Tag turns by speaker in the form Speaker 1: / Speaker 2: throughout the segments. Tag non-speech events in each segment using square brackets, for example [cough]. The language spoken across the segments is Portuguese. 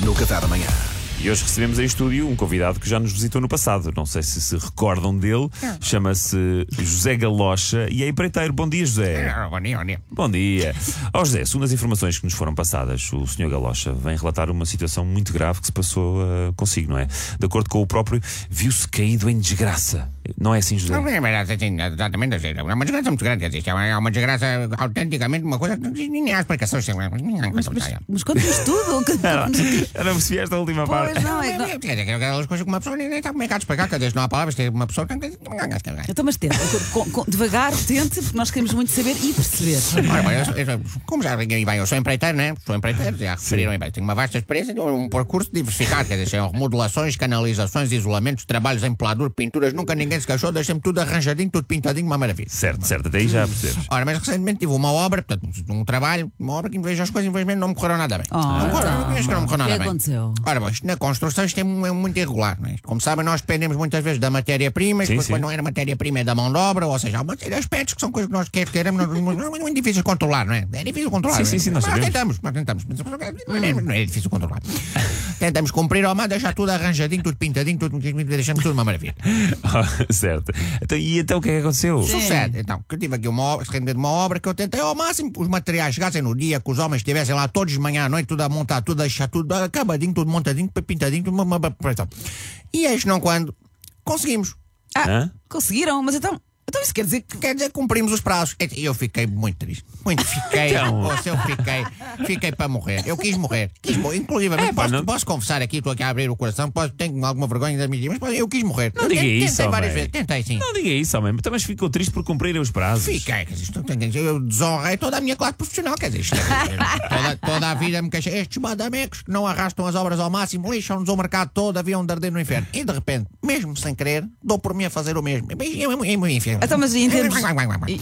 Speaker 1: no Café da Manhã.
Speaker 2: E hoje recebemos em estúdio um convidado que já nos visitou no passado. Não sei se se recordam dele. Chama-se José Galocha e é empreiteiro. Bom dia,
Speaker 3: [laughs]
Speaker 2: José.
Speaker 3: Bom dia, bom dia.
Speaker 2: Bom dia. Ó José, segundo as informações que nos foram passadas, o Sr. Galocha vem relatar uma situação muito grave que se passou ah, consigo, não é? De acordo com o próprio, viu-se caído em desgraça. Não é assim, José?
Speaker 4: Ah,
Speaker 3: Não é verdade, assim, exatamente. assim, É uma desgraça muito grande, existe. É uma- é uma desgraça autenticamente uma coisa que nem há explicações. Assim, nem há explicações.
Speaker 4: Mas conta-nos tudo.
Speaker 3: [laughs]
Speaker 2: Eu não percebi esta última parte.
Speaker 4: pois não, é.
Speaker 3: Quer dizer, que Aquelas coisas que uma pessoa nem nem está complicado de explicar, quer dizer, não há palavras, tem uma pessoa.
Speaker 4: Então, mas tenta, com- com- devagar, tente, porque nós queremos muito saber e perceber.
Speaker 3: Ora bem, eu- eu- como já vinha aí bem, eu sou empreiteiro, né? Sou empreiteiro, já referiram aí bem. Tenho uma vasta experiência, tenho um percurso diversificado, quer dizer, são remodelações, canalizações, isolamentos, trabalhos em pelador, pinturas, nunca ninguém se queixou, deixa-me tudo arranjadinho, tudo pintadinho, uma maravilha.
Speaker 2: Certo, certo, até aí já percebemos.
Speaker 3: Ora, mas recentemente tive uma obra, portanto, um trabalho, uma obra que em vez as coisas, infelizmente, não me correram nada bem. não, correram- acho que não me correu
Speaker 4: Ah, tá. O que
Speaker 3: nada bem.
Speaker 4: aconteceu?
Speaker 3: Ora, bom, isto na construção isto é mu- é muito irregular, não é? Como sabem, nós dependemos muitas vezes da matéria-prima, e
Speaker 2: Sim,
Speaker 3: depois
Speaker 2: sim.
Speaker 3: quando não era matéria-prima é da mão de obra, ou seja, há uma série de aspectos que são coisas que nós quer- queremos, nós- não é muito difícil de controlar, não é? É difícil de controlar.
Speaker 2: Sim,
Speaker 3: não é?
Speaker 2: sim, sim, nós
Speaker 3: Mas
Speaker 2: sabemos.
Speaker 3: tentamos, nós tentamos, mas não é, não é difícil de controlar. tentamos cumprir ao mar, deixar tudo arranjadinho, tudo pintadinho, tudo, deixamos tudo uma maravilha.
Speaker 2: Ah, [laughs] certo. Então, e então o que é que aconteceu?
Speaker 3: Sucede, então, que eu tive aqui uma obra, rendimento de uma obra que eu tentei ao máximo que os materiais chegassem no dia, que os homens estivessem lá todos de manhã à noite, tudo a montar, tudo a deixar tudo acabadinho, tudo montadinho, pintadinho, tudo uma, uma, uma perfeição. E eis não quando conseguimos.
Speaker 4: Ah,
Speaker 2: Hã?
Speaker 4: conseguiram, mas então. Então isso quer dizer que.
Speaker 3: Quer dizer, cumprimos os prazos. E Eu fiquei muito triste. Muito fiquei.
Speaker 2: [laughs] Então.
Speaker 3: Ou se eu fiquei, fiquei para morrer. Eu quis morrer. Quis morrer. Inclusive,
Speaker 2: É, pá,
Speaker 3: posso,
Speaker 2: não-
Speaker 3: posso confessar aqui, estou aqui a abrir o coração, posso, tenho alguma vergonha das minhas mas eu quis morrer.
Speaker 2: Não
Speaker 3: eu
Speaker 2: diga
Speaker 3: tentei
Speaker 2: isso,
Speaker 3: várias
Speaker 2: homem.
Speaker 3: vezes. Tentei sim.
Speaker 2: Não diga isso, homem. Então, mas ficou triste por cumprirem os prazos.
Speaker 3: Fiquei, quer dizer, isto não tem quem dizer, eu desonrei toda a minha classe profissional, quer dizer, [laughs] isto é- toda, toda a vida me queixei. Estes badamecos que não arrastam as obras ao máximo, lixam-nos o mercado todo, haviam de arder no inferno. E de repente, mesmo sem querer, dou por mim a fazer o mesmo. Bem, É é- é muito inferno.
Speaker 4: Então, mas em termos-
Speaker 3: E-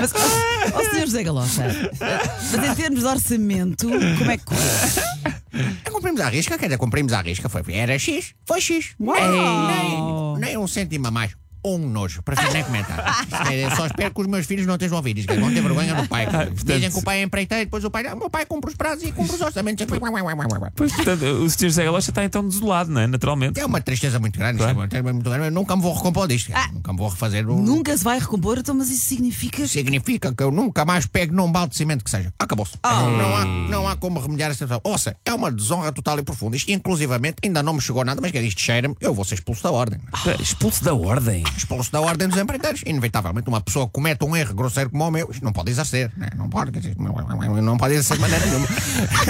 Speaker 4: Mas, ó, ó, senhor José Galocha, mas em termos de orçamento, como é que.
Speaker 3: Cumprimos É, à risca, quer dizer, cumprimos à risca. Foi, era X, foi X.
Speaker 4: Uau!
Speaker 3: Nem, nem um cêntimo a mais. Um nojo, para nem comentar. Quer dizer, É, Só espero que os meus filhos não estejam a ouvir. Diz que vão ter vergonha do pai. Dizem que o pai é empreiteiro, depois o pai. "Ah, meu pai cumpre os prazos e cumpre os orçamentos.
Speaker 2: Pois, portanto, o Sr. José Galocha está então desolado, não é? Naturalmente.
Speaker 3: É uma tristeza muito grande, isto é uma tristeza muito grande. Eu nunca me vou recompor disto. Nunca me vou refazer. o-
Speaker 4: Nunca se vai recompor, então, mas isso significa.
Speaker 3: Significa que eu nunca mais pego num balde de cimento que seja. Acabou-se. Não, há, não há como remediar esta situação. Ouça, é uma desonra total e profunda. Isto, inclusivamente, ainda não me chegou nada, mas que isto cheira-me, eu vou ser expulso da ordem. Ah,
Speaker 2: Pá, Expulso da ordem.
Speaker 3: Expulso da ordem dos empreiteiros. Inevitavelmente, uma pessoa que comete um erro grosseiro como o meu, isto não pode exercer. né? Não pode, quer dizer, não- não não pode exercer de maneira nenhuma.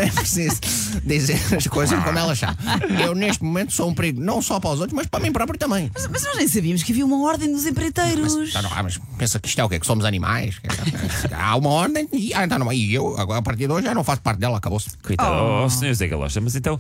Speaker 3: [laughs] É preciso dizer as coisas como elas são. Eu, neste momento, sou um perigo não só para os outros, mas para mim próprio também.
Speaker 4: Mas, mas nós nem sabíamos que havia uma ordem dos empreiteiros.
Speaker 3: Tá, não, ah, mas pensa que isto é o quê? Que somos animais? Há uma ordem e, ah, tá, não, e eu, agora, a partir de hoje, já não faço parte dela, acabou-se.
Speaker 2: Coitado, oh. Sr. José Galocha, mas então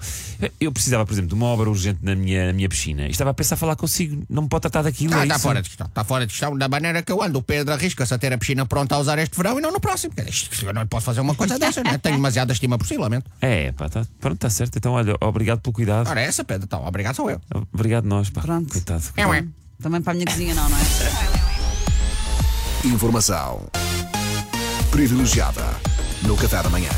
Speaker 2: eu precisava, por exemplo, de uma obra urgente na minha, na minha piscina e estava a pensar falar consigo, não me pode tratar daquilo. é
Speaker 3: Está
Speaker 2: isso?
Speaker 3: Ah, tá fora de questão, está fora de questão da maneira que eu ando. O Pedro arrisca-se a ter a piscina pronta a usar este verão e não no próximo. Quer dizer, isto- Eu não lhe posso fazer uma coisa dessa, né? tenho demasiada estima por si, lamento.
Speaker 2: É, pá, tá, pronto, está certo. Então, olha, obrigado pelo cuidado.
Speaker 3: Ora, essa, Pedro, então, obrigado, sou eu.
Speaker 2: Obrigado, nós, pá.
Speaker 4: Pronto.
Speaker 2: Coitado.
Speaker 3: É, ué.
Speaker 4: Também para a minha cozinha, não, não é?
Speaker 1: Informação privilegiada no Café da Manhã.